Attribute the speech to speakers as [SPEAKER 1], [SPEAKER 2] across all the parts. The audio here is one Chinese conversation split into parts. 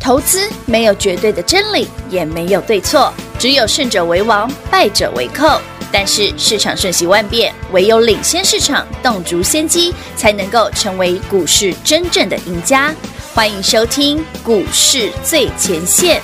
[SPEAKER 1] 投资没有绝对的真理，也没有对错，只有胜者为王，败者为寇。但是市场瞬息万变，唯有领先市场，洞烛先机，才能够成为股市真正的赢家。欢迎收听《股市最前线》。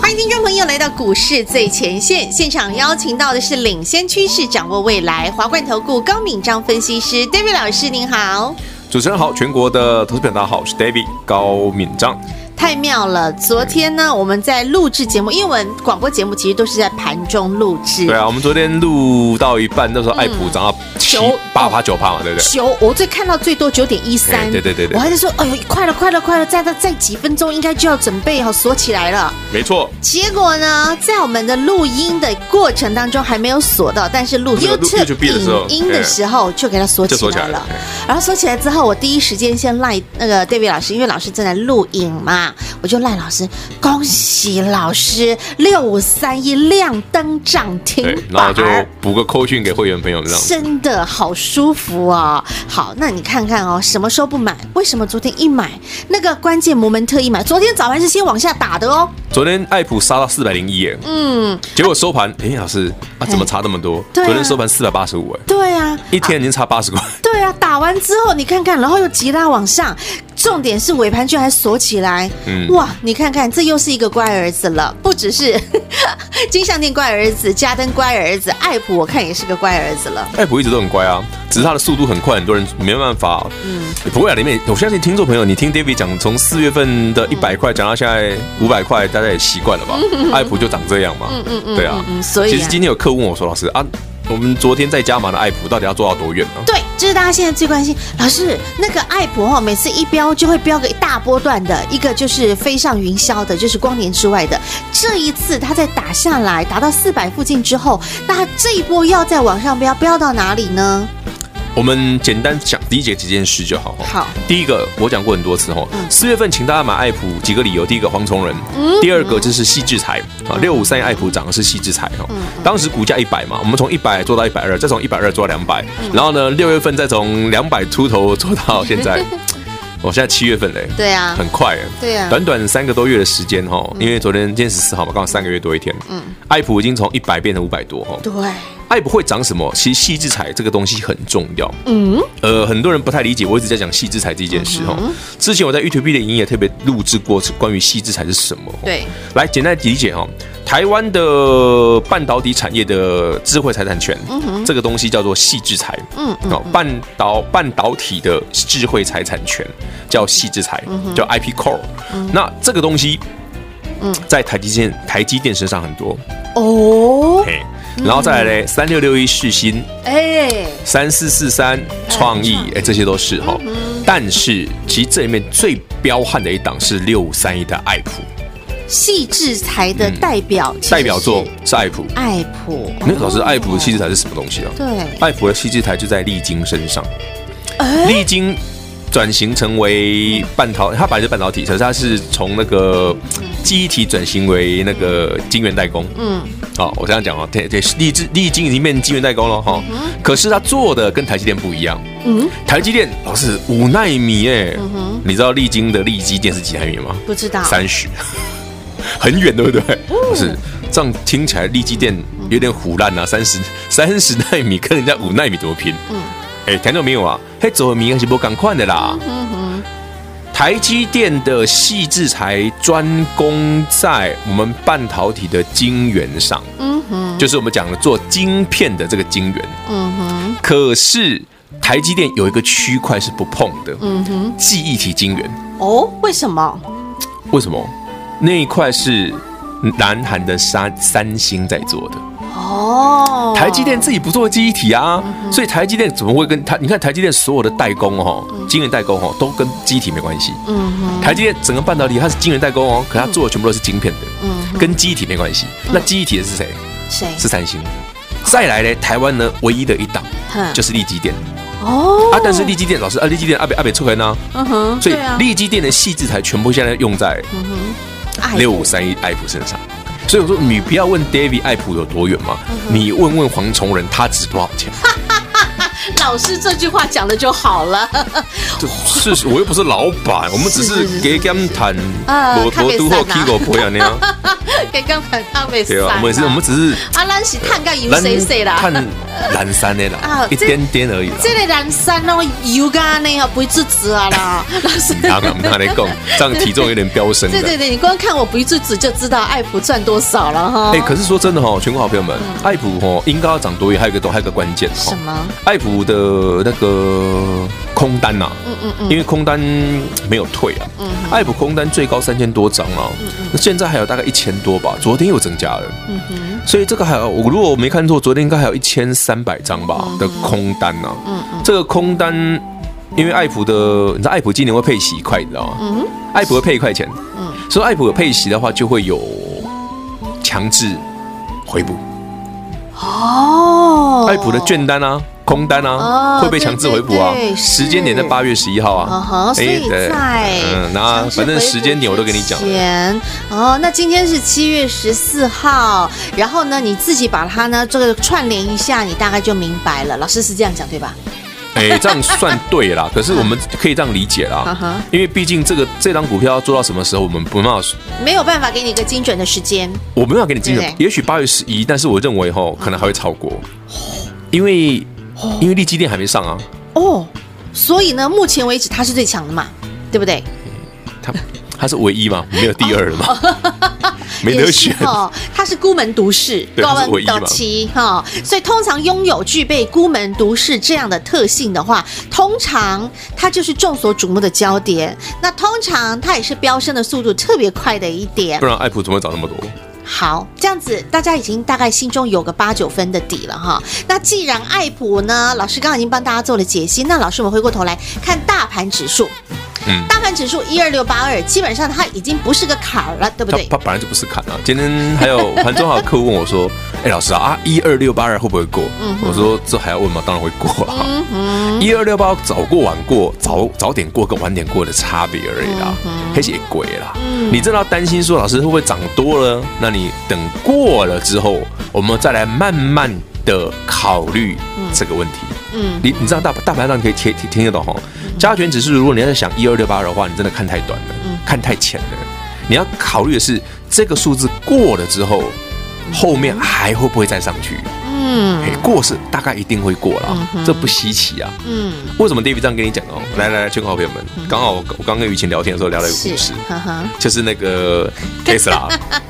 [SPEAKER 2] 欢迎听众朋友来到股市最前线，现场邀请到的是领先趋势、掌握未来华冠投顾高敏章分析师 David 老师，您好。
[SPEAKER 3] 主持人好，全国的投资朋友大家好，我是 David 高敏章。
[SPEAKER 2] 太妙了！昨天呢，我们在录制节目，因为我们广播节目其实都是在盘中录制。
[SPEAKER 3] 对啊，我们昨天录到一半，那时候爱普涨到七
[SPEAKER 2] 九
[SPEAKER 3] 八趴九趴嘛，对不对？
[SPEAKER 2] 九，我最看到最多九点一三。
[SPEAKER 3] 哎对对对对
[SPEAKER 2] 我还在说，哎呦，快了，快了，快了，再再再几分钟应该就要准备好锁起来了。
[SPEAKER 3] 没错，
[SPEAKER 2] 结果呢，在我们的录音的过程当中还没有锁到，但是录
[SPEAKER 3] 那个录
[SPEAKER 2] YouTube
[SPEAKER 3] YouTube 的时候
[SPEAKER 2] 影音的时候就给它锁起
[SPEAKER 3] 就锁起
[SPEAKER 2] 来
[SPEAKER 3] 来
[SPEAKER 2] 了
[SPEAKER 3] 了。
[SPEAKER 2] 然后锁起来之后，我第一时间先赖那个 David 老师，因为老师正在录影嘛，我就赖老师，恭喜老师六五三一亮灯涨停
[SPEAKER 3] 对，然后
[SPEAKER 2] 板
[SPEAKER 3] 就。补个扣讯给会员朋友们，这样
[SPEAKER 2] 真的好舒服哦！好，那你看看哦，什么时候不买？为什么昨天一买那个关键摩门特一买？昨天早盘是先往下打的哦。
[SPEAKER 3] 昨天爱普杀到四百零一耶，
[SPEAKER 2] 嗯，
[SPEAKER 3] 结果收盘，哎，老师啊，怎么差这么多？
[SPEAKER 2] 对啊
[SPEAKER 3] 昨天收盘四百八十五，哎，
[SPEAKER 2] 对啊，
[SPEAKER 3] 一天已经差八十块，
[SPEAKER 2] 对啊，打完之后你看看，然后又急拉往上，重点是尾盘居然还锁起来，
[SPEAKER 3] 嗯
[SPEAKER 2] 哇！你看看，这又是一个乖儿子了，不只是 金项店乖儿子，嘉登乖儿子，爱普我看也是个乖儿子了。
[SPEAKER 3] 爱普一直都很乖啊，只是它的速度很快，很多人没办法。不会啊，里面我相信听众朋友，你听 David 讲，从四月份的一百块讲到现在五百块，大家也习惯了吧？爱普就长这样嘛。嗯嗯对啊
[SPEAKER 2] 嗯嗯，所以啊
[SPEAKER 3] 其实今天有客问我说，老师啊，我们昨天在加码的爱普到底要做到多远呢？
[SPEAKER 2] 对，这是大家现在最关心。老师，那个爱普哈、每次一标就会标个一大波段的，一个就是飞上云霄的，就是光年之外的。这一次它在打下来，打到四百附近之后，那它这一波要再往上标，标到哪里呢？
[SPEAKER 3] 我们简单讲理解几件事就好。
[SPEAKER 2] 好，
[SPEAKER 3] 第一个我讲过很多次哦，
[SPEAKER 2] 嗯
[SPEAKER 3] 四月份请大家买爱普几个理由，第一个蝗虫人，第二个就是细制裁啊，六五三爱普涨的是细制裁
[SPEAKER 2] 嗯
[SPEAKER 3] 哦，当时股价一百嘛，我们从一百做到一百二，再从一百二做到两百，
[SPEAKER 2] 嗯
[SPEAKER 3] 然后呢六月份再从两百出头做到现 在，我现在七月份嘞，
[SPEAKER 2] 对啊，
[SPEAKER 3] 很快耶，
[SPEAKER 2] 对啊嗯
[SPEAKER 3] 短短三个多月的时间哈，因为昨天今天十四号嘛，刚好三个月多一天，嗯，爱普已经从一百变成五百多哈，
[SPEAKER 2] 对，
[SPEAKER 3] 爱普会涨什么？其实细制裁这个东西很重要，
[SPEAKER 2] 嗯，
[SPEAKER 3] 呃，很多人不太理解，我一直在讲细制裁这件事哦。之前我在 YouTube 的影也特别录制过关于细制裁是什么。，
[SPEAKER 2] 对，
[SPEAKER 3] 来简单理解哦，台湾的半导体产业的智慧财产权，这个东西叫做细制裁。
[SPEAKER 2] 嗯嗯
[SPEAKER 3] 哦，半导半导体的智慧财产权叫细制裁，
[SPEAKER 2] 嗯
[SPEAKER 3] 叫 IP Core。那这个东西，
[SPEAKER 2] 嗯
[SPEAKER 3] 在台积电台积电身上很多，
[SPEAKER 2] 哦，
[SPEAKER 3] 嘿，然后再来嘞，三六六一世新。
[SPEAKER 2] 哎，
[SPEAKER 3] 三四四三创意，哎、这些都是哈。但是其实这里面最彪悍的一档是六五三一的爱普，
[SPEAKER 2] 细制裁的代表，
[SPEAKER 3] 嗯代表作是爱普。
[SPEAKER 2] 爱普。
[SPEAKER 3] 那老师，
[SPEAKER 2] 哦
[SPEAKER 3] 爱普的气质台是什么东西啊？
[SPEAKER 2] 对，
[SPEAKER 3] 爱普的气质台就在丽晶身上，
[SPEAKER 2] 哎
[SPEAKER 3] 丽晶转型成为半导，它本来是半导体，可是它是从那个记忆体转型为那个晶圆代工。
[SPEAKER 2] 嗯，
[SPEAKER 3] 哦，我这样讲哦，对对，丽晶丽晶已经变晶圆代工了哈、可是它做的跟台积电不一样。
[SPEAKER 2] 嗯，
[SPEAKER 3] 台积电老师五纳米哎，你知道丽晶的立基电是几纳米吗？
[SPEAKER 2] 不知道，哦
[SPEAKER 3] 三十， 很远对不对？不是，这样听起来立基电有点虎烂啊，三十三十纳米跟人家五纳米怎么拼？嗯，哎，听到没有啊？嘿，走的明是不赶快的啦。
[SPEAKER 2] 嗯哼，
[SPEAKER 3] 台积电的细制材专攻在我们半导体的晶圆上，
[SPEAKER 2] 嗯哼，
[SPEAKER 3] 就是我们讲的做晶片的这个晶圆。
[SPEAKER 2] 嗯哼，
[SPEAKER 3] 可是台积电有一个区块是不碰的，
[SPEAKER 2] 嗯哼，
[SPEAKER 3] 记忆体晶圆，
[SPEAKER 2] 哦，为什么？
[SPEAKER 3] 为什么？那一块是南韩的三三星在做的，
[SPEAKER 2] 哦，
[SPEAKER 3] 台积电自己不做记忆体啊，所以台积电怎么会跟台？你看台积电所有的代工哦，晶圆代工哦，都跟记忆体没关系。
[SPEAKER 2] 嗯哼，
[SPEAKER 3] 台积电整个半导体它是晶圆代工哦，可它做的全部都是晶片
[SPEAKER 2] 嗯
[SPEAKER 3] 的，跟记忆体没关系。那记忆体的是谁？
[SPEAKER 2] 谁？
[SPEAKER 3] 是三星。再来呢，台湾呢唯一的一档
[SPEAKER 2] 哼
[SPEAKER 3] 就是力积电
[SPEAKER 2] 哦
[SPEAKER 3] 啊，但是力积电老师啊，力积电阿北阿北出来呢，
[SPEAKER 2] 嗯哼，
[SPEAKER 3] 所以
[SPEAKER 2] 对啊，
[SPEAKER 3] 利基电的细制材全部现在用在
[SPEAKER 2] 爱
[SPEAKER 3] 六五三一爱普身上。所以我说，你
[SPEAKER 2] 嗯啊
[SPEAKER 3] 不要问 David 爱普有多远嘛，你问问黄崇仁他值多少钱？
[SPEAKER 2] 老师这句话讲的就好了。
[SPEAKER 3] 这是是我又不是老板，我们只
[SPEAKER 2] 是
[SPEAKER 3] 是
[SPEAKER 2] 是
[SPEAKER 3] 给他们谈，
[SPEAKER 2] 呃
[SPEAKER 3] 我
[SPEAKER 2] 看
[SPEAKER 3] 我
[SPEAKER 2] 不
[SPEAKER 3] 都
[SPEAKER 2] 散
[SPEAKER 3] 好
[SPEAKER 2] 啊
[SPEAKER 3] K 过培养那样，
[SPEAKER 2] 给刚才他没
[SPEAKER 3] 对啊吧？我们也是，我们只是
[SPEAKER 2] 啊，咱是探个油
[SPEAKER 3] 咱
[SPEAKER 2] 谁谁啦。
[SPEAKER 3] 看蓝山的啦
[SPEAKER 2] 啊，
[SPEAKER 3] 一
[SPEAKER 2] 这
[SPEAKER 3] 点点而已啦。
[SPEAKER 2] 这个人山哦，油噶呢，不会制止啊 啦。老师，
[SPEAKER 3] 啊，我们拿来 讲，这样体重有点飙升
[SPEAKER 2] 对
[SPEAKER 3] 的。
[SPEAKER 2] 对对，你光看我不会制止就知道爱普赚多少了哈。
[SPEAKER 3] 哎、可是说真的哈、全国好朋友们，
[SPEAKER 2] 嗯
[SPEAKER 3] 爱普哦应该要涨多一点，还有一个都还有一个关键哦哈、
[SPEAKER 2] 什么？
[SPEAKER 3] 爱普的那个空单呐、嗯嗯嗯，因为空单没有退啊，嗯，爱普空单最高三千多张啊，那现在还有大概一千多吧，昨天又增加了，嗯哼，所以这个还有，我如果我没看错，昨天应该还有一千三百张吧的空单呐、嗯嗯，这个空单，因为爱普的，你知道爱普今年会配息一块，你知道吗？嗯，爱普会配一块钱，嗯，所以爱普有配息的话，就会有强制回补。
[SPEAKER 2] 哦，
[SPEAKER 3] 爱普的券单啊、空单啊，
[SPEAKER 2] 哦
[SPEAKER 3] 会被强制回补啊
[SPEAKER 2] 对对对。是
[SPEAKER 3] 时间点在八月十一号
[SPEAKER 2] 嗯
[SPEAKER 3] 啊
[SPEAKER 2] 哼，。所以
[SPEAKER 3] 对
[SPEAKER 2] 在
[SPEAKER 3] 嗯，那
[SPEAKER 2] 强制
[SPEAKER 3] 反正
[SPEAKER 2] 回
[SPEAKER 3] 时间
[SPEAKER 2] 复
[SPEAKER 3] 点我都
[SPEAKER 2] 之
[SPEAKER 3] 跟你讲了。
[SPEAKER 2] 前哦，那今天是七月十四号，然后呢，你自己把它呢这个串联一下，你大概就明白了。老师是这样讲对吧？
[SPEAKER 3] 哎，这样算 对啦，可是我们可以这样理解
[SPEAKER 2] 嗯
[SPEAKER 3] 啦
[SPEAKER 2] 哼，
[SPEAKER 3] 因为毕竟这个这张股票要做到什么时候，我们没办法，
[SPEAKER 2] 没有办法给你一个精准的时间。
[SPEAKER 3] 我没办法给你精准
[SPEAKER 2] 对。哦对
[SPEAKER 3] 也许八月十一，但是我认为吼，可能还会超过，因为因为利基店还没上啊，
[SPEAKER 2] 哦，所以呢，目前为止它是最强的嘛，对不对？
[SPEAKER 3] 它它是唯一嘛，没有第二了嘛， 没得
[SPEAKER 2] 哦也是
[SPEAKER 3] 选。
[SPEAKER 2] 哦，它是孤门独市，
[SPEAKER 3] 对它是唯一嘛
[SPEAKER 2] 斗妻哈、所以通常拥有具备孤门独市这样的特性的话，通常它就是众所瞩目的焦点。那通常它也是飙升的速度特别快的一点
[SPEAKER 3] 不。然爱普怎么会涨那么多？
[SPEAKER 2] 好，这样子大家已经大概心中有个八九分的底了哈。那既然爱普呢，老师刚刚已经帮大家做了解析，那老师我们回过头来看大盘指数，
[SPEAKER 3] 嗯，
[SPEAKER 2] 大盘指数一二六八二，基本上它已经不是个坎儿了，对不
[SPEAKER 3] 他
[SPEAKER 2] 对？
[SPEAKER 3] 他本来就不是砍啊。今天还有盘中还有客户问我说：“ 哎，老师啊，啊一二六八二会不会过？”
[SPEAKER 2] 嗯
[SPEAKER 3] 我说：“这还要问吗？当然会过啦。一二六八早过晚过，早早点过跟晚点过的差别而已啦，
[SPEAKER 2] 嗯
[SPEAKER 3] 黑些鬼啦。你真的要担心说老师会不会涨多了？那你等过了之后，我们再来慢慢的考虑这个问题。”
[SPEAKER 2] 嗯，
[SPEAKER 3] 你你知道大大盘上可以听听听得懂哈，加权指数如果你在想一二六八的话，你真的看太短了，
[SPEAKER 2] 嗯
[SPEAKER 3] 看太浅了。你要考虑的是这个数字过了之后，后面还会不会再上去？
[SPEAKER 2] 嗯
[SPEAKER 3] 哎，过是大概一定会过啦，这不稀奇啊。
[SPEAKER 2] 嗯。
[SPEAKER 3] 为什么 David 这样跟你讲哦？来来来，全国好朋友们，刚好我我刚跟雨晴聊天的时候聊了一个故事，
[SPEAKER 2] 哈哈，
[SPEAKER 3] 就是那个 Tesla，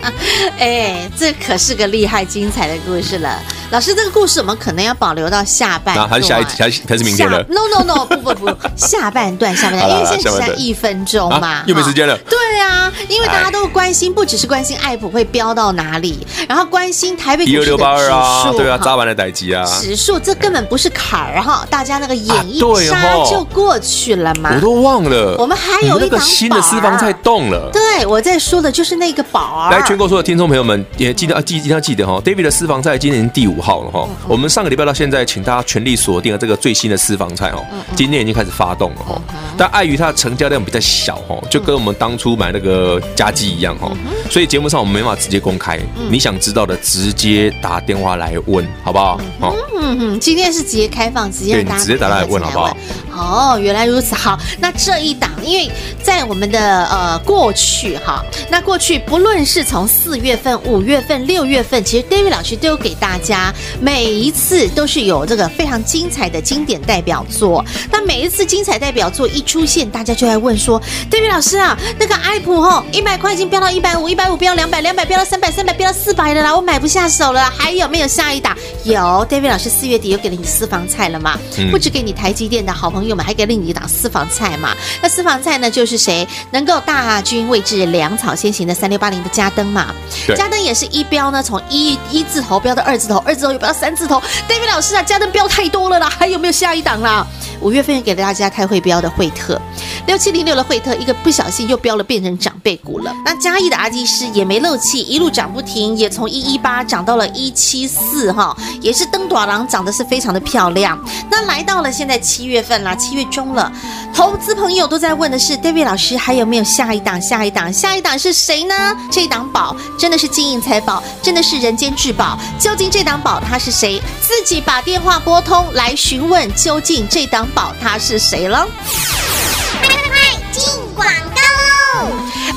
[SPEAKER 2] 哎，这可是个厉害精彩的故事了。老师，这个故事我们可能要保留到下半
[SPEAKER 3] 那
[SPEAKER 2] 段，
[SPEAKER 3] 还是下一还是还是明天了
[SPEAKER 2] 哎下 No No No，不不不， 下半段下半段，
[SPEAKER 3] 好啦
[SPEAKER 2] 因为现在
[SPEAKER 3] 好
[SPEAKER 2] 只
[SPEAKER 3] 啦下半
[SPEAKER 2] 剩
[SPEAKER 3] 段
[SPEAKER 2] 一分钟嘛
[SPEAKER 3] 啊，，又没时间
[SPEAKER 2] 了。
[SPEAKER 3] 了。
[SPEAKER 2] 对啊，因为大家都关心，不只是关心爱普会飙到哪里，然后关心台北股
[SPEAKER 3] 一二
[SPEAKER 2] 市的
[SPEAKER 3] 六
[SPEAKER 2] 指
[SPEAKER 3] 八二啊，
[SPEAKER 2] 数，
[SPEAKER 3] 对啊，
[SPEAKER 2] 哈
[SPEAKER 3] 扎完的代机啊，
[SPEAKER 2] 指数这根本不是坎儿哈，大家那个
[SPEAKER 3] 啊
[SPEAKER 2] 眼一
[SPEAKER 3] 对
[SPEAKER 2] 杀
[SPEAKER 3] 哦
[SPEAKER 2] 就过去了嘛。
[SPEAKER 3] 我都忘了。
[SPEAKER 2] 啊我们还有
[SPEAKER 3] 你那
[SPEAKER 2] 一档啊
[SPEAKER 3] 个新的私房菜动了。
[SPEAKER 2] 对，我在说的就是那个宝儿。
[SPEAKER 3] 来，全国所有听众朋友们也记得，啊记一定要记得哈，David 的私房菜今年第五号了哈。
[SPEAKER 2] 嗯
[SPEAKER 3] 我们上个礼拜到现在，请大家全力锁定了这个最新的私房菜
[SPEAKER 2] 嗯
[SPEAKER 3] 哦，今天已经开始发动了哈。但碍于它的成交量比较小哦，就跟我们当初买那个家鸡一样哈，
[SPEAKER 2] 嗯
[SPEAKER 3] 所以节目上我们没办法直接公开。你想知道的，直接打电话来问，好不好？好，
[SPEAKER 2] 嗯哼，今天是直接开放，直接
[SPEAKER 3] 对
[SPEAKER 2] 大家
[SPEAKER 3] 你直接打来问
[SPEAKER 2] 可以
[SPEAKER 3] 好不好
[SPEAKER 2] 哦，原来如此，好，那这一档，因为在我们的呃过去哈，那过去不论是从四月份、五月份、六月份，其实 David 老师都有给大家每一次都是有这个非常精彩的经典代表作。那每一次精彩代表作一出现，大家就来问说，David 老师啊，那个 i 普吼，一百块已经飙到一百五，一百五飙到两百，两百飙到三百，三百飙到四百了啦，我买不下手了啦，还有没有下一档？有，David 老师四月底又给了你私房菜了嘛？
[SPEAKER 3] 嗯
[SPEAKER 2] 不止给你台积电的好朋友们，还给了你一档私房菜嘛。那私房菜呢，就是谁能够大军未至、粮草先行的三六八零的嘉登嘛。
[SPEAKER 3] 对
[SPEAKER 2] 嘉登也是一标呢，从一一字头标到二字头，二字头又标到三字头。David 老师啊，嘉登标太多了啦，还有没有下一档啦？五月份给大家开会标的惠特，六七零六的惠特，一个不小心又标了，变成长辈股了。那嘉义的阿基师也没漏气，一路涨不停，也从一一八涨到了一七四哈，也是登短郎涨得是非常的漂亮。那来到了现在七月份啦，七月中了，投资朋友都在问的是，David 老师还有没有下一档？下一档？下一档是谁呢？这档宝真的是金银财宝，真的是人间至宝。究竟这档宝它是谁？自己把电话拨通来询问，究竟这档宝它是谁了？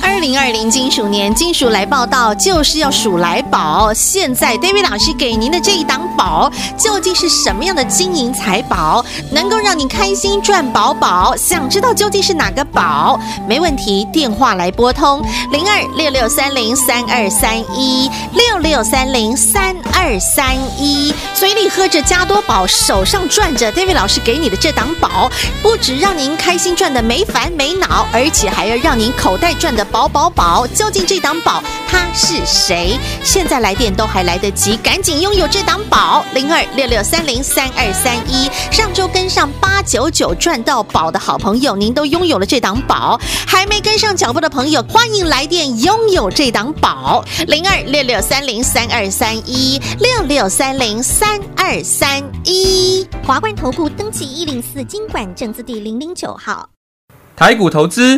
[SPEAKER 2] 二零二零金属年金属来报道，就是要数来宝。现在 David 老师给您的这一档宝，究竟是什么样的金银财宝，能够让你开心赚饱饱？想知道究竟是哪个宝？没问题，电话来拨通零二六六三零三二三一六六三零三二三一，嘴里喝着加多宝，手上转着 David 老师给你的这档宝，不止让您开心赚的没烦没恼，而且还要让您口袋赚的饱饱饱。究竟这档宝它是谁？现在来电都还来得及，赶紧拥有这档宝零二六六三零三二三一。上周跟上八九九赚到宝的好朋友，您都拥有了这档宝，还没跟上脚步的朋友，欢迎来电拥有这档宝零二六六三零三二三一六六三零三二三一。
[SPEAKER 4] 华冠投顾登记一零四经管证字第零零九号。
[SPEAKER 5] 台股投资，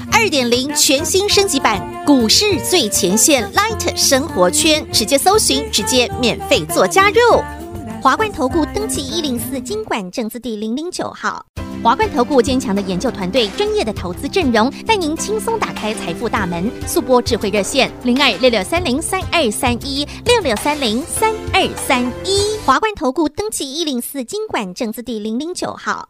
[SPEAKER 2] 二点零全新升级版股市最前线 Light 生活圈，直接搜寻，直接免费做加入。
[SPEAKER 4] 华冠投顾登记一零四经管证字第零零九号。华冠投顾坚强的研究团队，专业的投资阵容，带您轻松打开财富大门。速播智慧热线零二六六三零三二三一六六三零三二三一。华冠投顾登记一零四经管证字第零零九号。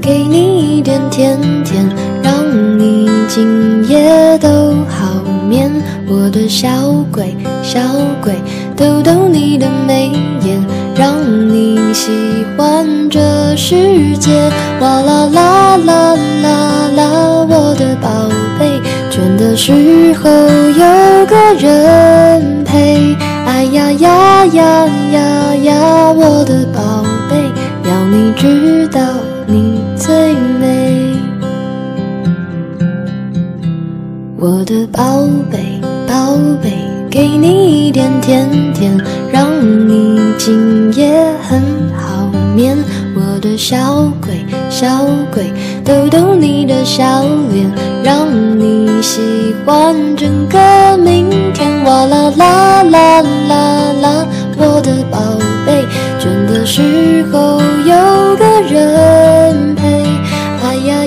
[SPEAKER 6] 给你一点甜甜，让你今夜都好眠。我的小鬼，小鬼，逗逗你的眉眼，让你喜欢这世界。哇啦啦啦啦啦，我的宝贝，倦的时候有个人陪。哎呀呀呀呀呀，我的宝贝，要你知道你最美。我的宝贝，宝贝，给你一点甜甜，让你今夜很好眠。我的小鬼，小鬼，逗逗你的笑脸，让你喜欢整个明天。哇啦啦啦啦啦，我的宝贝，倦的时候有个人陪。哎呀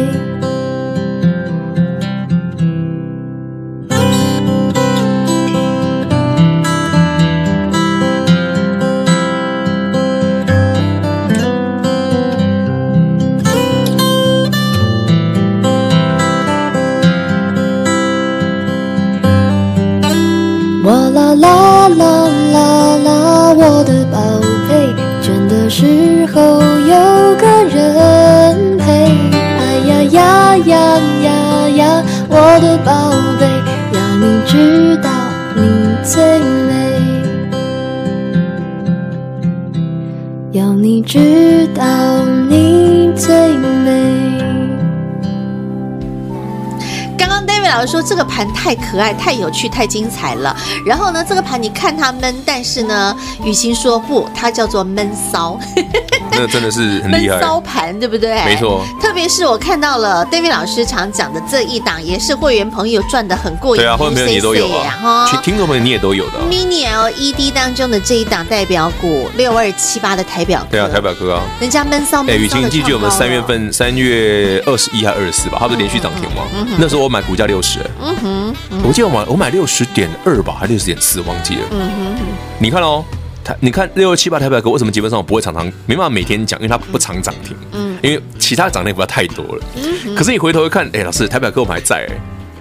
[SPEAKER 6] 哇啦啦啦啦啦，我的宝贝，倦的时候有个人陪。哎呀呀呀呀呀，我的宝贝，要你知道你最美，要你知道你最美。
[SPEAKER 2] 刚刚 David 老师说这个盘太可爱、太有趣、太精彩了。然后呢，这个盘你看它闷，但是呢，雨欣说不，它叫做闷骚，
[SPEAKER 3] 那真的是很
[SPEAKER 2] 闷
[SPEAKER 3] 厉害。
[SPEAKER 2] 骚盘，对不对？
[SPEAKER 3] 没错。
[SPEAKER 2] 特别是我看到了 David 老师常讲的这一档，也是会员朋友赚的很过瘾。
[SPEAKER 3] 对啊，会员朋友你也都有啊，
[SPEAKER 2] 哈
[SPEAKER 3] 听听众朋友你也都有的啊。
[SPEAKER 2] Mini LED 当中的这一档代表股六二七八的台表，
[SPEAKER 3] 对啊，台，表哥啊。
[SPEAKER 2] 人家闷骚
[SPEAKER 3] 哎，
[SPEAKER 2] 闷
[SPEAKER 3] 雨
[SPEAKER 2] 骚
[SPEAKER 3] 晴，
[SPEAKER 2] 的
[SPEAKER 3] 你记不记得我们
[SPEAKER 2] 创高
[SPEAKER 3] 三
[SPEAKER 2] 了
[SPEAKER 3] 月，份三月二十一还二十四吧？它不是连续涨停吗？那时候我买股价六十，哎
[SPEAKER 2] 嗯哼，嗯
[SPEAKER 3] 我记得我买我买六十点二吧，还六十点四，忘记了。你看哦，台你看六二七八台表哥为什么基本上我不会常常没办法每天讲，因为它不常涨停，
[SPEAKER 2] 嗯
[SPEAKER 3] 因为其他涨停股票太多了。可是你回头一看，哎，老师，台表哥我们还在，哎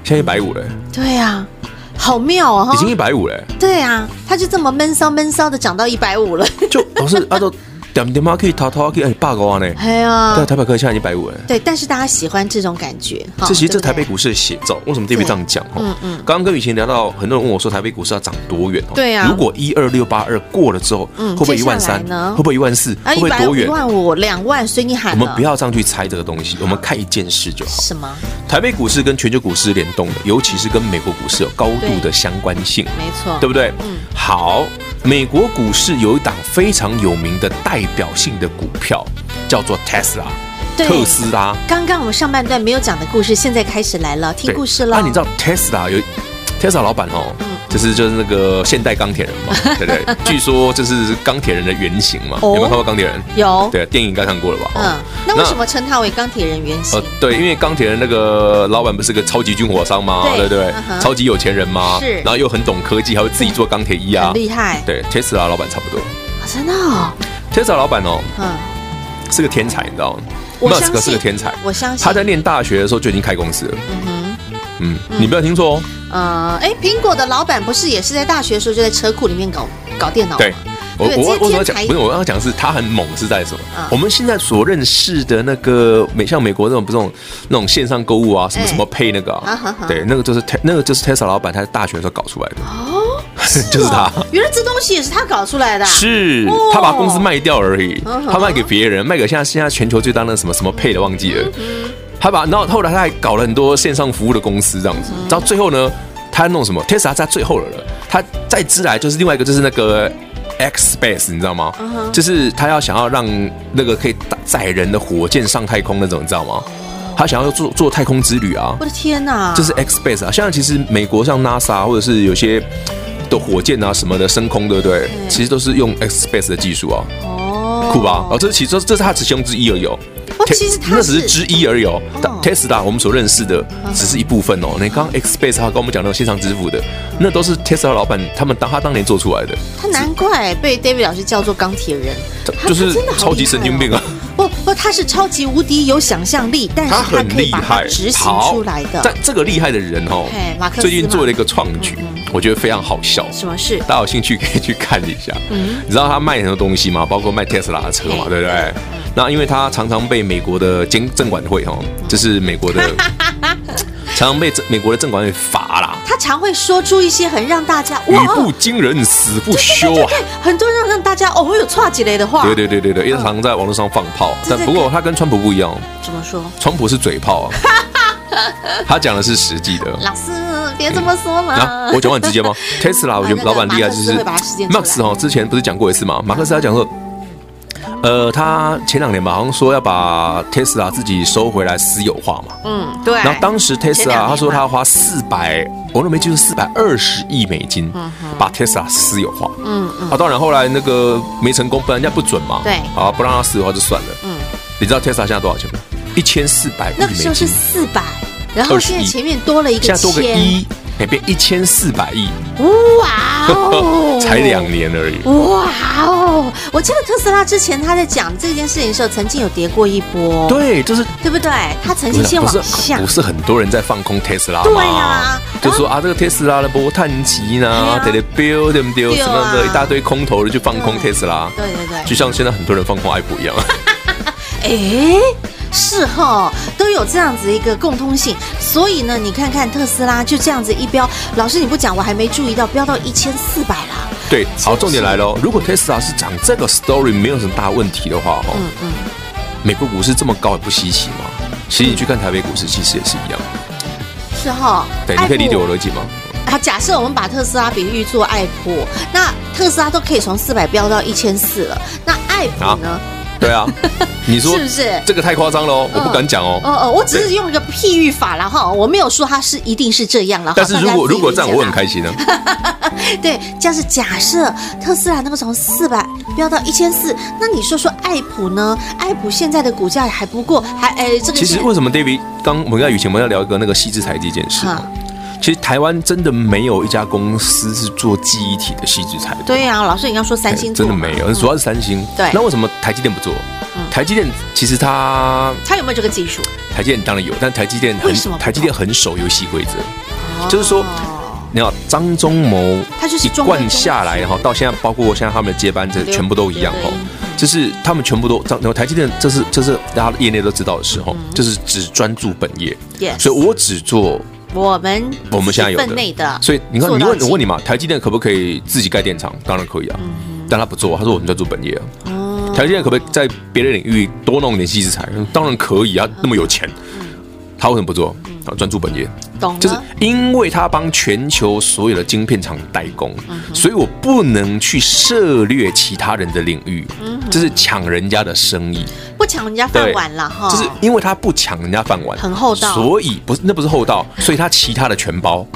[SPEAKER 3] 现在一百五了，
[SPEAKER 2] 对啊，好妙哦，哈
[SPEAKER 3] 已经一百五了，哎
[SPEAKER 2] 对啊，它就这么闷骚闷骚的涨到一百五 了，
[SPEAKER 3] 就老师按照点点妈可以淘淘可以哎八个 万呢，
[SPEAKER 2] 哎
[SPEAKER 3] 对啊，
[SPEAKER 2] 呀，
[SPEAKER 3] 台表哥现在一百五了。
[SPEAKER 2] 对，但是大家喜欢这种感觉，哈
[SPEAKER 3] 这其实
[SPEAKER 2] 对
[SPEAKER 3] 这
[SPEAKER 2] 不对嗯
[SPEAKER 3] 台北股市的写照，为什么这边这样讲？哈，刚刚跟雨晴聊到，很多人问我说台北股市要涨多远？哦
[SPEAKER 2] 对啊
[SPEAKER 3] 如果一二六八二过了之后，
[SPEAKER 2] 嗯
[SPEAKER 3] 会不会一万
[SPEAKER 2] 接下来
[SPEAKER 3] 三？
[SPEAKER 2] 呢
[SPEAKER 3] 会不会一万四？
[SPEAKER 2] 啊，
[SPEAKER 3] 会
[SPEAKER 2] 一
[SPEAKER 3] 不会
[SPEAKER 2] 百
[SPEAKER 3] 多远
[SPEAKER 2] 一？万五两万，随你喊
[SPEAKER 3] 我
[SPEAKER 2] 了，
[SPEAKER 3] 们不要上去猜这个东西，我们看一件事就好。
[SPEAKER 2] 什么，
[SPEAKER 3] 台北股市跟全球股市是联动的，尤其是跟美国股市有高度的相关性，
[SPEAKER 2] 没错，
[SPEAKER 3] 对不对
[SPEAKER 2] 嗯？
[SPEAKER 3] 好，美国股市有一档非常有名的代表性的股票，叫做 Tesla，
[SPEAKER 2] 对
[SPEAKER 3] 特斯拉。
[SPEAKER 2] 刚刚我们上半段没有讲的故事，现在开始来了，听
[SPEAKER 3] 对
[SPEAKER 2] 故事了。
[SPEAKER 3] 啊，你知道 Tesla 有 Tesla 老板哦，
[SPEAKER 2] 嗯
[SPEAKER 3] 就是就是那个现代钢铁人 嘛，对不对？据说这是钢铁人的原型嘛，
[SPEAKER 2] 哦
[SPEAKER 3] 有没有看过钢铁人？
[SPEAKER 2] 有？
[SPEAKER 3] 对，电影应该看过了吧？哦
[SPEAKER 2] 嗯，那为什么称他为钢铁人原型
[SPEAKER 3] 呃？，对，因为钢铁人那个老板不是个超级军火商嘛，
[SPEAKER 2] 对
[SPEAKER 3] 对不对
[SPEAKER 2] 嗯？哼
[SPEAKER 3] 超级有钱人嘛，
[SPEAKER 2] 是
[SPEAKER 3] 然后又很懂科技，还会自己做钢铁衣啊
[SPEAKER 2] 很。厉害，
[SPEAKER 3] 对，Tesla 老板差不多。
[SPEAKER 2] 啊真的哦，
[SPEAKER 3] Tesla 老板哦，
[SPEAKER 2] 嗯，
[SPEAKER 3] 是个天才，你知道吗
[SPEAKER 2] 我相信
[SPEAKER 3] 是个天才。
[SPEAKER 2] 我相信
[SPEAKER 3] 他在念大学的时候就已经开公司了。嗯你不要听错哦。
[SPEAKER 2] 呃，哎，苹果的老板不是也是在大学的时候就在车库里面搞搞电脑吗？
[SPEAKER 3] 对，我
[SPEAKER 2] 哦对这
[SPEAKER 3] 我
[SPEAKER 2] 些
[SPEAKER 3] 我我要
[SPEAKER 2] 天
[SPEAKER 3] 讲
[SPEAKER 2] 才
[SPEAKER 3] 不是我要讲的是他很猛是在什么
[SPEAKER 2] 嗯？
[SPEAKER 3] 我们现在所认识的那个美像美国那种不是那种那种线上购物啊，什么
[SPEAKER 2] 哎
[SPEAKER 3] 什么配那个
[SPEAKER 2] 啊哈
[SPEAKER 3] 啊
[SPEAKER 2] 哈，
[SPEAKER 3] 对，那个就是 Te- 那个就是 Tesla 老板他在大学的时候搞出来的， 就是他。
[SPEAKER 2] 哦原来这东西也是他搞出来的啊、
[SPEAKER 3] 是
[SPEAKER 2] 哦
[SPEAKER 3] 他把公司卖掉而已
[SPEAKER 2] 嗯，哼
[SPEAKER 3] 他卖给别人，卖给现在现在全球最大的什么什么配的忘记了。
[SPEAKER 2] 嗯
[SPEAKER 3] 他把然后后来他还搞了很多线上服务的公司这样
[SPEAKER 2] 嗯
[SPEAKER 3] 子，到最后呢，他弄什么 Tesla 在最后了了，他再之来就是另外一个就是那个 X Space 你知道吗？
[SPEAKER 2] 嗯
[SPEAKER 3] 就是他要想要让那个可以搭载人的火箭上太空那种，你知道吗？他想要做做太空之旅啊
[SPEAKER 2] 我，的天哪！
[SPEAKER 3] 这是 X Space 啊。现在其实美国像 NASA 啊或者是有些的火箭啊什么的升空，对不对？其实都是用 X Space 的技术啊，
[SPEAKER 2] 嗯哦
[SPEAKER 3] 酷吧？哦，这是其这这是它只其中之一而已哦。
[SPEAKER 2] 不其实它
[SPEAKER 3] 那只是
[SPEAKER 2] 是
[SPEAKER 3] 之一而已哦。但
[SPEAKER 2] 哦嗯
[SPEAKER 3] Tesla 我们所认识的只是一部分哦。你刚刚 X Space 他跟我们讲那个线上支付的，那都是 Tesla 老板他们当他当年做出来的，
[SPEAKER 2] 他难怪被 David 老师叫做钢铁人，他
[SPEAKER 3] 就是
[SPEAKER 2] 真的好厉害哦
[SPEAKER 3] 超级神经病啊。
[SPEAKER 2] 不不，他是超级无敌有想象力，但是他
[SPEAKER 3] 他很
[SPEAKER 2] 可以
[SPEAKER 3] 厉
[SPEAKER 2] 把它
[SPEAKER 3] 害，
[SPEAKER 2] 执行
[SPEAKER 3] 好
[SPEAKER 2] 出来的
[SPEAKER 3] 但。这个厉害的人哦
[SPEAKER 2] 嘿马克，思
[SPEAKER 3] 最近做
[SPEAKER 2] 嘛嗯
[SPEAKER 3] 了一个创举，我觉得非常好笑。
[SPEAKER 2] 什么事？
[SPEAKER 3] 大家有兴趣可以去看一下。
[SPEAKER 2] 嗯
[SPEAKER 3] 你知道他卖很多东西嘛，包括卖 Tesla 的车嘛，对不对？
[SPEAKER 2] 嗯
[SPEAKER 3] 那因为他常常被美国的监证管会哦，就是美 国的，常常被美国的证管会罚啦，
[SPEAKER 2] 他常会说出一些很让大家
[SPEAKER 3] 语
[SPEAKER 2] 哇，
[SPEAKER 3] 不惊人死不休啊。
[SPEAKER 2] 很多让让大家哦有错几类的嗯话。
[SPEAKER 3] 对对对对对，因为他常在网络上放炮，
[SPEAKER 2] 这
[SPEAKER 3] 但
[SPEAKER 2] 这
[SPEAKER 3] 不过他跟川普不一样，
[SPEAKER 2] 怎么说？
[SPEAKER 3] 川普是嘴炮 啊，他讲的是实际的。
[SPEAKER 2] 老师别这么说
[SPEAKER 3] 啊
[SPEAKER 2] 嘛，。
[SPEAKER 3] 我讲话很直接 吗？Tesla 我觉
[SPEAKER 2] 那
[SPEAKER 3] 得
[SPEAKER 2] 个
[SPEAKER 3] 老板厉
[SPEAKER 2] 马
[SPEAKER 3] 害，就
[SPEAKER 2] 克思
[SPEAKER 3] 是
[SPEAKER 2] 会把它实践出来嗯
[SPEAKER 3] Max 哦，之前不是讲过一次吗？马克思他讲说。呃，他前两年吧，好像说要把 Tesla 自己收回来私有化嘛。
[SPEAKER 2] 嗯，对。
[SPEAKER 3] 然后当时
[SPEAKER 2] 前两年
[SPEAKER 3] Tesla 啊
[SPEAKER 2] 嘛
[SPEAKER 3] 他说他要花四百，我都没记住四百二十亿美金把 Tesla 私有化。
[SPEAKER 2] 嗯嗯
[SPEAKER 3] 啊，当然后来那个没成功，不然人家不准嘛。
[SPEAKER 2] 对
[SPEAKER 3] 啊，不让他私有化就算了。
[SPEAKER 2] 嗯，
[SPEAKER 3] 你知道 Tesla 现在多少钱吗？一千四百亿
[SPEAKER 2] 那
[SPEAKER 3] 美
[SPEAKER 2] 个时候
[SPEAKER 3] 金，
[SPEAKER 2] 是四百，然后现在
[SPEAKER 3] 21
[SPEAKER 2] 前面多了一
[SPEAKER 3] 现
[SPEAKER 2] 个
[SPEAKER 3] 在多个
[SPEAKER 2] 千，
[SPEAKER 3] 一，哎，变一千四百亿，
[SPEAKER 2] 哇哦，
[SPEAKER 3] 才两。年而已。
[SPEAKER 2] 哇哦！我记得特斯拉之前他在讲这件事情的时候，曾经有跌过一波，
[SPEAKER 3] 对，就是
[SPEAKER 2] 对不对？他曾经先
[SPEAKER 3] 不是
[SPEAKER 2] 往下
[SPEAKER 3] 不，是很多人在放空 Tesla 吗？
[SPEAKER 2] 对啊
[SPEAKER 3] 就说啊，这个 Tesla 的波探奇呢，
[SPEAKER 2] 对
[SPEAKER 3] 得得 build 对不对？
[SPEAKER 2] 对啊
[SPEAKER 3] 什么的一大堆空头的去放空
[SPEAKER 2] 对
[SPEAKER 3] Tesla，
[SPEAKER 2] 对对对，
[SPEAKER 3] 就像现在很多人放空 Apple 一样。
[SPEAKER 2] 哎，是哈，都有这样子一个共通性。所以呢，你看看特斯拉就这样子一标，老师你不讲我还没注意到，标到一千四百啦。
[SPEAKER 3] 对， 好，
[SPEAKER 2] 是
[SPEAKER 3] 重点来了哦，如果 Tesla 是讲这个 story 没有什么大问题的话，哦，
[SPEAKER 2] 嗯嗯，
[SPEAKER 3] 美国股市这么高也不稀奇嘛。其实你去看台北股市，其实也是一样。
[SPEAKER 2] 是哈。
[SPEAKER 3] 对，你可以理解我
[SPEAKER 2] 了。
[SPEAKER 3] 的逻辑吗？
[SPEAKER 2] 啊，假设我们把特斯拉比喻做爱普，那特斯拉都可以从四百飙到一千四了，那爱普呢？
[SPEAKER 3] 对啊，你说
[SPEAKER 2] 是不是？
[SPEAKER 3] 这个太夸张了哦，我不敢讲哦。
[SPEAKER 2] 哦哦，我只是用一个譬喻法了哈，我没有说它是一定是这样了哈。
[SPEAKER 3] 但是如果
[SPEAKER 2] 大家自己
[SPEAKER 3] 如果这样，
[SPEAKER 2] 理解
[SPEAKER 3] 我
[SPEAKER 2] 啦
[SPEAKER 3] 很开 心啊。
[SPEAKER 2] 对，这样是假设特斯拉能够从四百飙到一千四，那你说说爱普呢？爱普现在的股价还不过还哎，这个
[SPEAKER 3] 其实
[SPEAKER 2] 现
[SPEAKER 3] 为什么 David 刚我们在以前我们要聊一个那个细制裁这件事
[SPEAKER 2] 哈
[SPEAKER 3] 嘛？其实台湾真的没有一家公司是做记忆体的细制裁的，哎
[SPEAKER 2] 对啊，老师你刚说三星
[SPEAKER 3] 真的
[SPEAKER 2] 做嘛
[SPEAKER 3] 没有，主要是三星。
[SPEAKER 2] 对嗯
[SPEAKER 3] 那为什么台积电不做？台积电其实它
[SPEAKER 2] 它有没有这个技术？
[SPEAKER 3] 台积电当然有，但台积电
[SPEAKER 2] 为什么
[SPEAKER 3] 很
[SPEAKER 2] 不
[SPEAKER 3] 台积电很守游戏规则，就是说
[SPEAKER 2] 哦
[SPEAKER 3] 你看张忠谋
[SPEAKER 2] 他就是
[SPEAKER 3] 一
[SPEAKER 2] 中规中
[SPEAKER 3] 贯
[SPEAKER 2] 矩
[SPEAKER 3] 下来，然后到现在，包括现在他们的接班者
[SPEAKER 2] 刘
[SPEAKER 3] 全部都一样
[SPEAKER 2] 刘德
[SPEAKER 3] 哦
[SPEAKER 2] 英，
[SPEAKER 3] 就是他们全部都张，然后台积电这是这是大家业内都知道的时候，就是只专注本业，
[SPEAKER 2] 嗯 Yes
[SPEAKER 3] 所以我只做
[SPEAKER 2] 我们
[SPEAKER 3] 我们现在有
[SPEAKER 2] 分内的，
[SPEAKER 3] 所以你看，
[SPEAKER 2] 做
[SPEAKER 3] 你
[SPEAKER 2] 到
[SPEAKER 3] 问
[SPEAKER 2] 极
[SPEAKER 3] 我问你嘛，台积电可不可以自己盖电厂？当然可以啊，但他不做，他说我们在做本业啊。
[SPEAKER 2] 嗯哦
[SPEAKER 3] 台积电可不可以在别的领域多弄点细制裁？当然可以啊，那么有钱，他为什么不做？啊，专注本业，
[SPEAKER 2] 懂
[SPEAKER 3] 就是
[SPEAKER 2] 了。
[SPEAKER 3] 因为他帮全球所有的晶片厂代工，
[SPEAKER 2] 嗯
[SPEAKER 3] 所以我不能去涉猎其他人的领域，
[SPEAKER 2] 嗯
[SPEAKER 3] 这是抢人家的生意。
[SPEAKER 2] 不抢人家饭
[SPEAKER 3] 对
[SPEAKER 2] 碗了哈，
[SPEAKER 3] 就是因为他不抢人家饭碗，
[SPEAKER 2] 哦很厚道嗯哦
[SPEAKER 3] 所以不是那不是厚道，所以他其他的全包。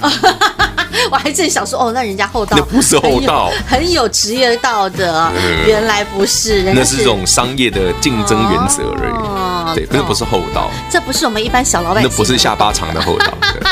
[SPEAKER 2] 我还真想说哦，那人家厚道，
[SPEAKER 3] 那不是厚道
[SPEAKER 2] 很有很有职业道德，
[SPEAKER 3] 嗯
[SPEAKER 2] 原来不是，人家
[SPEAKER 3] 那是这种商业的竞争原则而
[SPEAKER 2] 哦
[SPEAKER 3] 已。对，那不是厚道，
[SPEAKER 2] 这不是我们一般小老百
[SPEAKER 3] 那
[SPEAKER 2] 姓，
[SPEAKER 3] 不是下巴长的厚道。对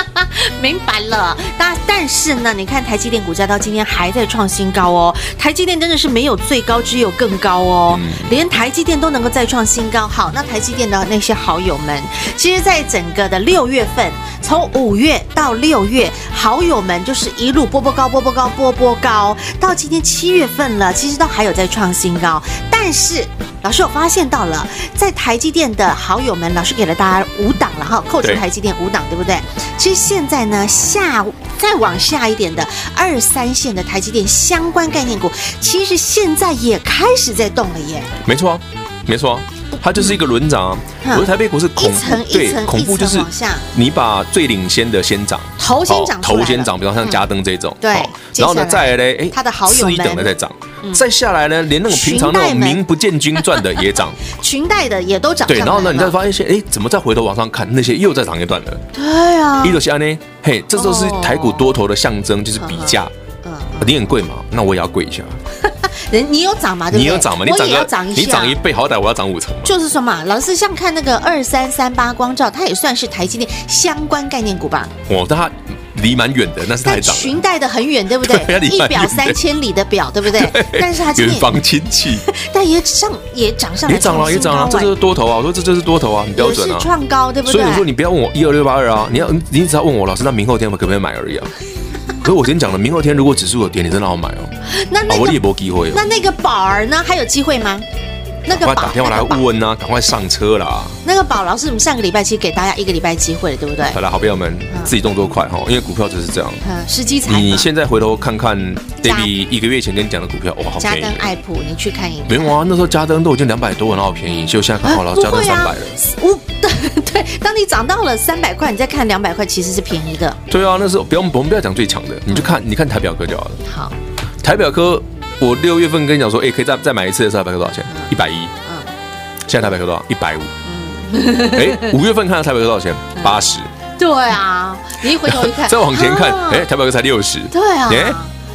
[SPEAKER 2] 明白了，但但是呢，你看台积电股价到今天还在创新高哦，台积电真的是没有最高，只有更高哦，连台积电都能够再创新高。好，那台积电的那些好友们，其实，在整个的六月份，从五月到六月，好友们就是一路波波高，波波高，波波高，到今天七月份了，其实都还有在创新高，但是。老师，我发现到了，在台积电的好友们，老师给了大家五档了哈，扣除
[SPEAKER 3] 对
[SPEAKER 2] 台积电五档，对不对？其实现在呢，下再往下一点的二三线的台积电相关概念股，其实现在也开始在动了耶。
[SPEAKER 3] 没错啊，没错啊，它就是一个轮涨啊。
[SPEAKER 2] 嗯
[SPEAKER 3] 我说台北股是恐
[SPEAKER 2] 一层
[SPEAKER 3] 怖，
[SPEAKER 2] 一
[SPEAKER 3] 对
[SPEAKER 2] 层，
[SPEAKER 3] 恐怖
[SPEAKER 2] 一层
[SPEAKER 3] 就是
[SPEAKER 2] 往下
[SPEAKER 3] 你把最领先的先涨，
[SPEAKER 2] 头先涨
[SPEAKER 3] 哦
[SPEAKER 2] 出来
[SPEAKER 3] 头
[SPEAKER 2] 了嗯
[SPEAKER 3] 先涨，比方像嘉登这种，
[SPEAKER 2] 对
[SPEAKER 3] 好然后呢，
[SPEAKER 2] 接下来
[SPEAKER 3] 再来嘞，哎
[SPEAKER 2] 他的好友
[SPEAKER 3] 次
[SPEAKER 2] 们
[SPEAKER 3] 一等的在涨，再下来呢，连那种平常那
[SPEAKER 2] 裙
[SPEAKER 3] 种
[SPEAKER 2] 带们
[SPEAKER 3] 名不见经传的 也涨，
[SPEAKER 2] 裙带的也都涨上
[SPEAKER 3] 对，
[SPEAKER 2] 来了。
[SPEAKER 3] 然后呢，你再发现一些，哎，怎么再回头往上看，那些又再涨一段了。
[SPEAKER 2] 对啊，
[SPEAKER 3] 一就是安呢，嘿，这都是
[SPEAKER 2] 哦
[SPEAKER 3] 台股多头的象征，就是比价。
[SPEAKER 2] 嗯，
[SPEAKER 3] 你很贵嘛，那我也要贵一下。
[SPEAKER 2] 人你有涨啊嘛？对不对
[SPEAKER 3] 你有涨嘛？你
[SPEAKER 2] 我
[SPEAKER 3] 涨
[SPEAKER 2] 也要涨
[SPEAKER 3] 个，
[SPEAKER 2] 一下，
[SPEAKER 3] 你涨一倍，好歹我要涨五成嘛。
[SPEAKER 2] 就是说嘛，老师像看那个二三三八光照，它也算是台积电相关概念股吧，
[SPEAKER 3] 我但它离蛮远的，那是太
[SPEAKER 2] 但
[SPEAKER 3] 涨
[SPEAKER 2] 裙
[SPEAKER 3] 了。
[SPEAKER 2] 带的很远，对不对
[SPEAKER 3] 啊 对啊？你
[SPEAKER 2] 一
[SPEAKER 3] 蛮
[SPEAKER 2] 表
[SPEAKER 3] 远的
[SPEAKER 2] 三千里的表，对不对？但是它今天
[SPEAKER 3] 远
[SPEAKER 2] 也，
[SPEAKER 3] 房亲 戚
[SPEAKER 2] 但也上也涨上来，
[SPEAKER 3] 也涨了，也涨了，这就是多头啊！我说这就是多头啊，很标
[SPEAKER 2] 哎也
[SPEAKER 3] 准
[SPEAKER 2] 是
[SPEAKER 3] 啊。
[SPEAKER 2] 创高，对不对？
[SPEAKER 3] 所以我说你不要问我一二六八二啊，你要你只要问我老师，那明后天我可不可以买而已啊。可是我今天讲了，明后天如果指数有跌，你真的要买 哦，
[SPEAKER 2] 那
[SPEAKER 3] 啊
[SPEAKER 2] 那
[SPEAKER 3] 我也
[SPEAKER 2] 个
[SPEAKER 3] 没机会哦
[SPEAKER 2] 那。那个宝儿呢？还有机会吗？那个
[SPEAKER 3] 赶快
[SPEAKER 2] 宝
[SPEAKER 3] 打电话来
[SPEAKER 2] 那个宝
[SPEAKER 3] 问啊，赶快上车啦！
[SPEAKER 2] 那个宝老师，我们上个礼拜其实给大家一个礼拜机会了，对不对？
[SPEAKER 3] 好了，好朋友们，自己动作快哈，哦因为股票就是这样。
[SPEAKER 2] 嗯，时机才
[SPEAKER 3] 你
[SPEAKER 2] 嘛。
[SPEAKER 3] 现在回头看看
[SPEAKER 2] 加
[SPEAKER 3] David 一个月前跟你讲的股票，哇，好
[SPEAKER 2] 加哎
[SPEAKER 3] 便
[SPEAKER 2] 登
[SPEAKER 3] 宜哦。
[SPEAKER 2] 爱普，你去看一
[SPEAKER 3] 没
[SPEAKER 2] 看。
[SPEAKER 3] 有啊，那时候加登都已经两百多了，那好便宜。就现在看好了，
[SPEAKER 2] 不
[SPEAKER 3] 加登
[SPEAKER 2] 会
[SPEAKER 3] 三
[SPEAKER 2] 啊
[SPEAKER 3] 百了。，
[SPEAKER 2] 我 对，当你涨到了三百块，你再看两百块，其实是便宜的。
[SPEAKER 3] 对啊，那时候不要我们不要讲最强的，你就看你看台表科就好了。
[SPEAKER 2] 好，
[SPEAKER 3] 台表科我六月份跟你讲说，哎、可以再再买一次的时候，台北多少钱？一百一。
[SPEAKER 2] 嗯
[SPEAKER 3] 现在台北多少？一百五。哎，五月份看到台北多少钱？
[SPEAKER 2] 嗯
[SPEAKER 3] 八十。
[SPEAKER 2] 对啊，你一回头一看，
[SPEAKER 3] 再往前看
[SPEAKER 2] 啊，
[SPEAKER 3] 哎，台北才六十。
[SPEAKER 2] 对啊，
[SPEAKER 3] 哎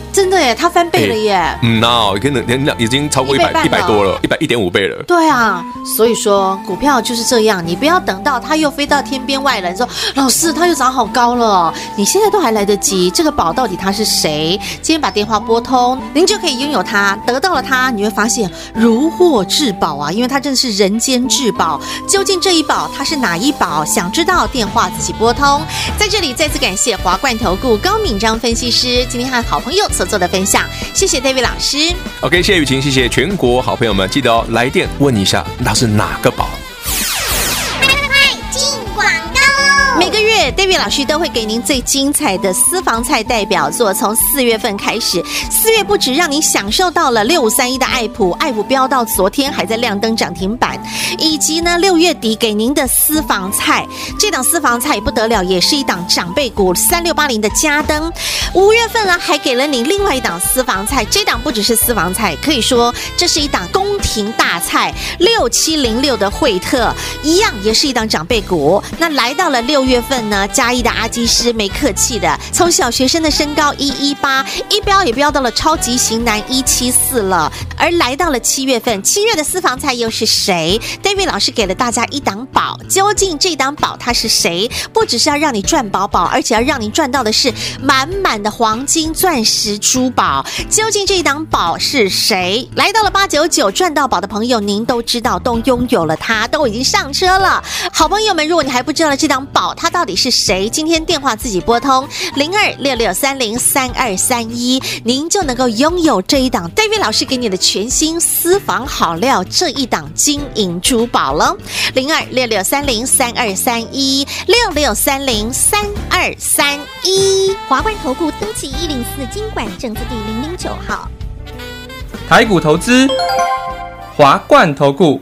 [SPEAKER 2] 真的耶，它翻倍了耶，
[SPEAKER 3] 嗯，no，可能两两已经超过一
[SPEAKER 2] 一倍半
[SPEAKER 3] 百一百
[SPEAKER 2] 了
[SPEAKER 3] 多了，一百一点五倍了。
[SPEAKER 2] 对啊，所以说股票就是这样，你不要等到它又飞到天边外了，你说老师它又涨好高了哦，你现在都还来得及。这个宝到底它是谁？今天把电话拨通，您就可以拥有它，得到了它，你会发现如获至宝啊，因为它真的是人间至宝。究竟这一宝它是哪一宝？想知道电话自己拨通。在这里再次感谢华冠投顾高敏章分析师今天和好朋友所做的分享，谢谢 David 老师。
[SPEAKER 3] OK，谢谢雨晴，谢谢全国好朋友们，记得哦，来电问一下那是哪个宝。
[SPEAKER 2] 每个月，David 老师都会给您最精彩的私房菜代表作。从四月份开始，四月不止让您享受到了六五三一的爱普，爱普飙到昨天还在亮灯涨停板，以及呢六月底给您的私房菜，这档私房菜不得了，也是一档长辈股三六八零的嘉登。五月份呢，还给了你另外一档私房菜，这档不只是私房菜，可以说这是一档宫廷大菜，六七零六的惠特，一样也是一档长辈股。那来到了六月份呢，嘉义的阿基师没客气的，从小学生的身高一一八，一标也标到了超级型男一七四了。而来到了七月份，七月的私房菜又是谁？David 老师给了大家一档宝，究竟这档宝它是谁？不只是要让你赚饱饱，而且要让你赚到的是满满的黄金、钻石、珠宝。究竟这一档宝是谁？来到了八九九赚到宝的朋友，您都知道，都拥有了它，都已经上车了。好朋友们，如果你还不知道这档宝它到底是谁，今天电话自己拨通零二六六三零三二三一，您就能够拥有这一档 David 老师给你的全新私房好料这一档金银珠宝了。零二六六三零三二三一六六三零三二三一。
[SPEAKER 4] 华冠投顾登记一零四经管证字第零零九号。
[SPEAKER 5] 台股投资，华冠投顾。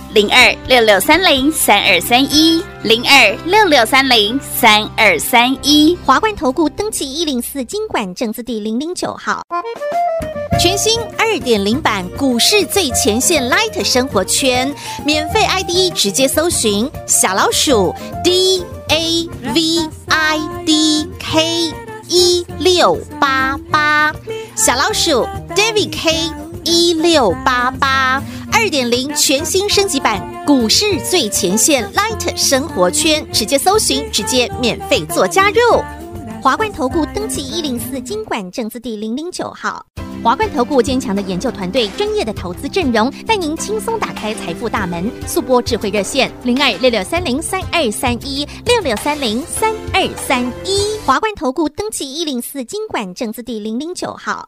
[SPEAKER 1] 零二六六三零三二三一零二六六三零三二三一。
[SPEAKER 4] 华冠投顾登记一零四经管证字第零零九号。
[SPEAKER 2] 全新二点零版股市最前线 Light 生活圈，免费 ID 直接搜寻小老鼠 D A V I D K 一六八八，小老鼠 David K 一六八八。二点零全新升级版股市最前线 Light 生活圈，直接搜寻，直接免费做加入。
[SPEAKER 4] 华冠投顾登记一零四经管证字第零零九号。华冠投顾坚强的研究团队，专业的投资阵容，带您轻松打开财富大门。速播智慧热线零二六六三零三二三一六六三零三二三一。华冠投顾登记一零四经管证字第零零九号。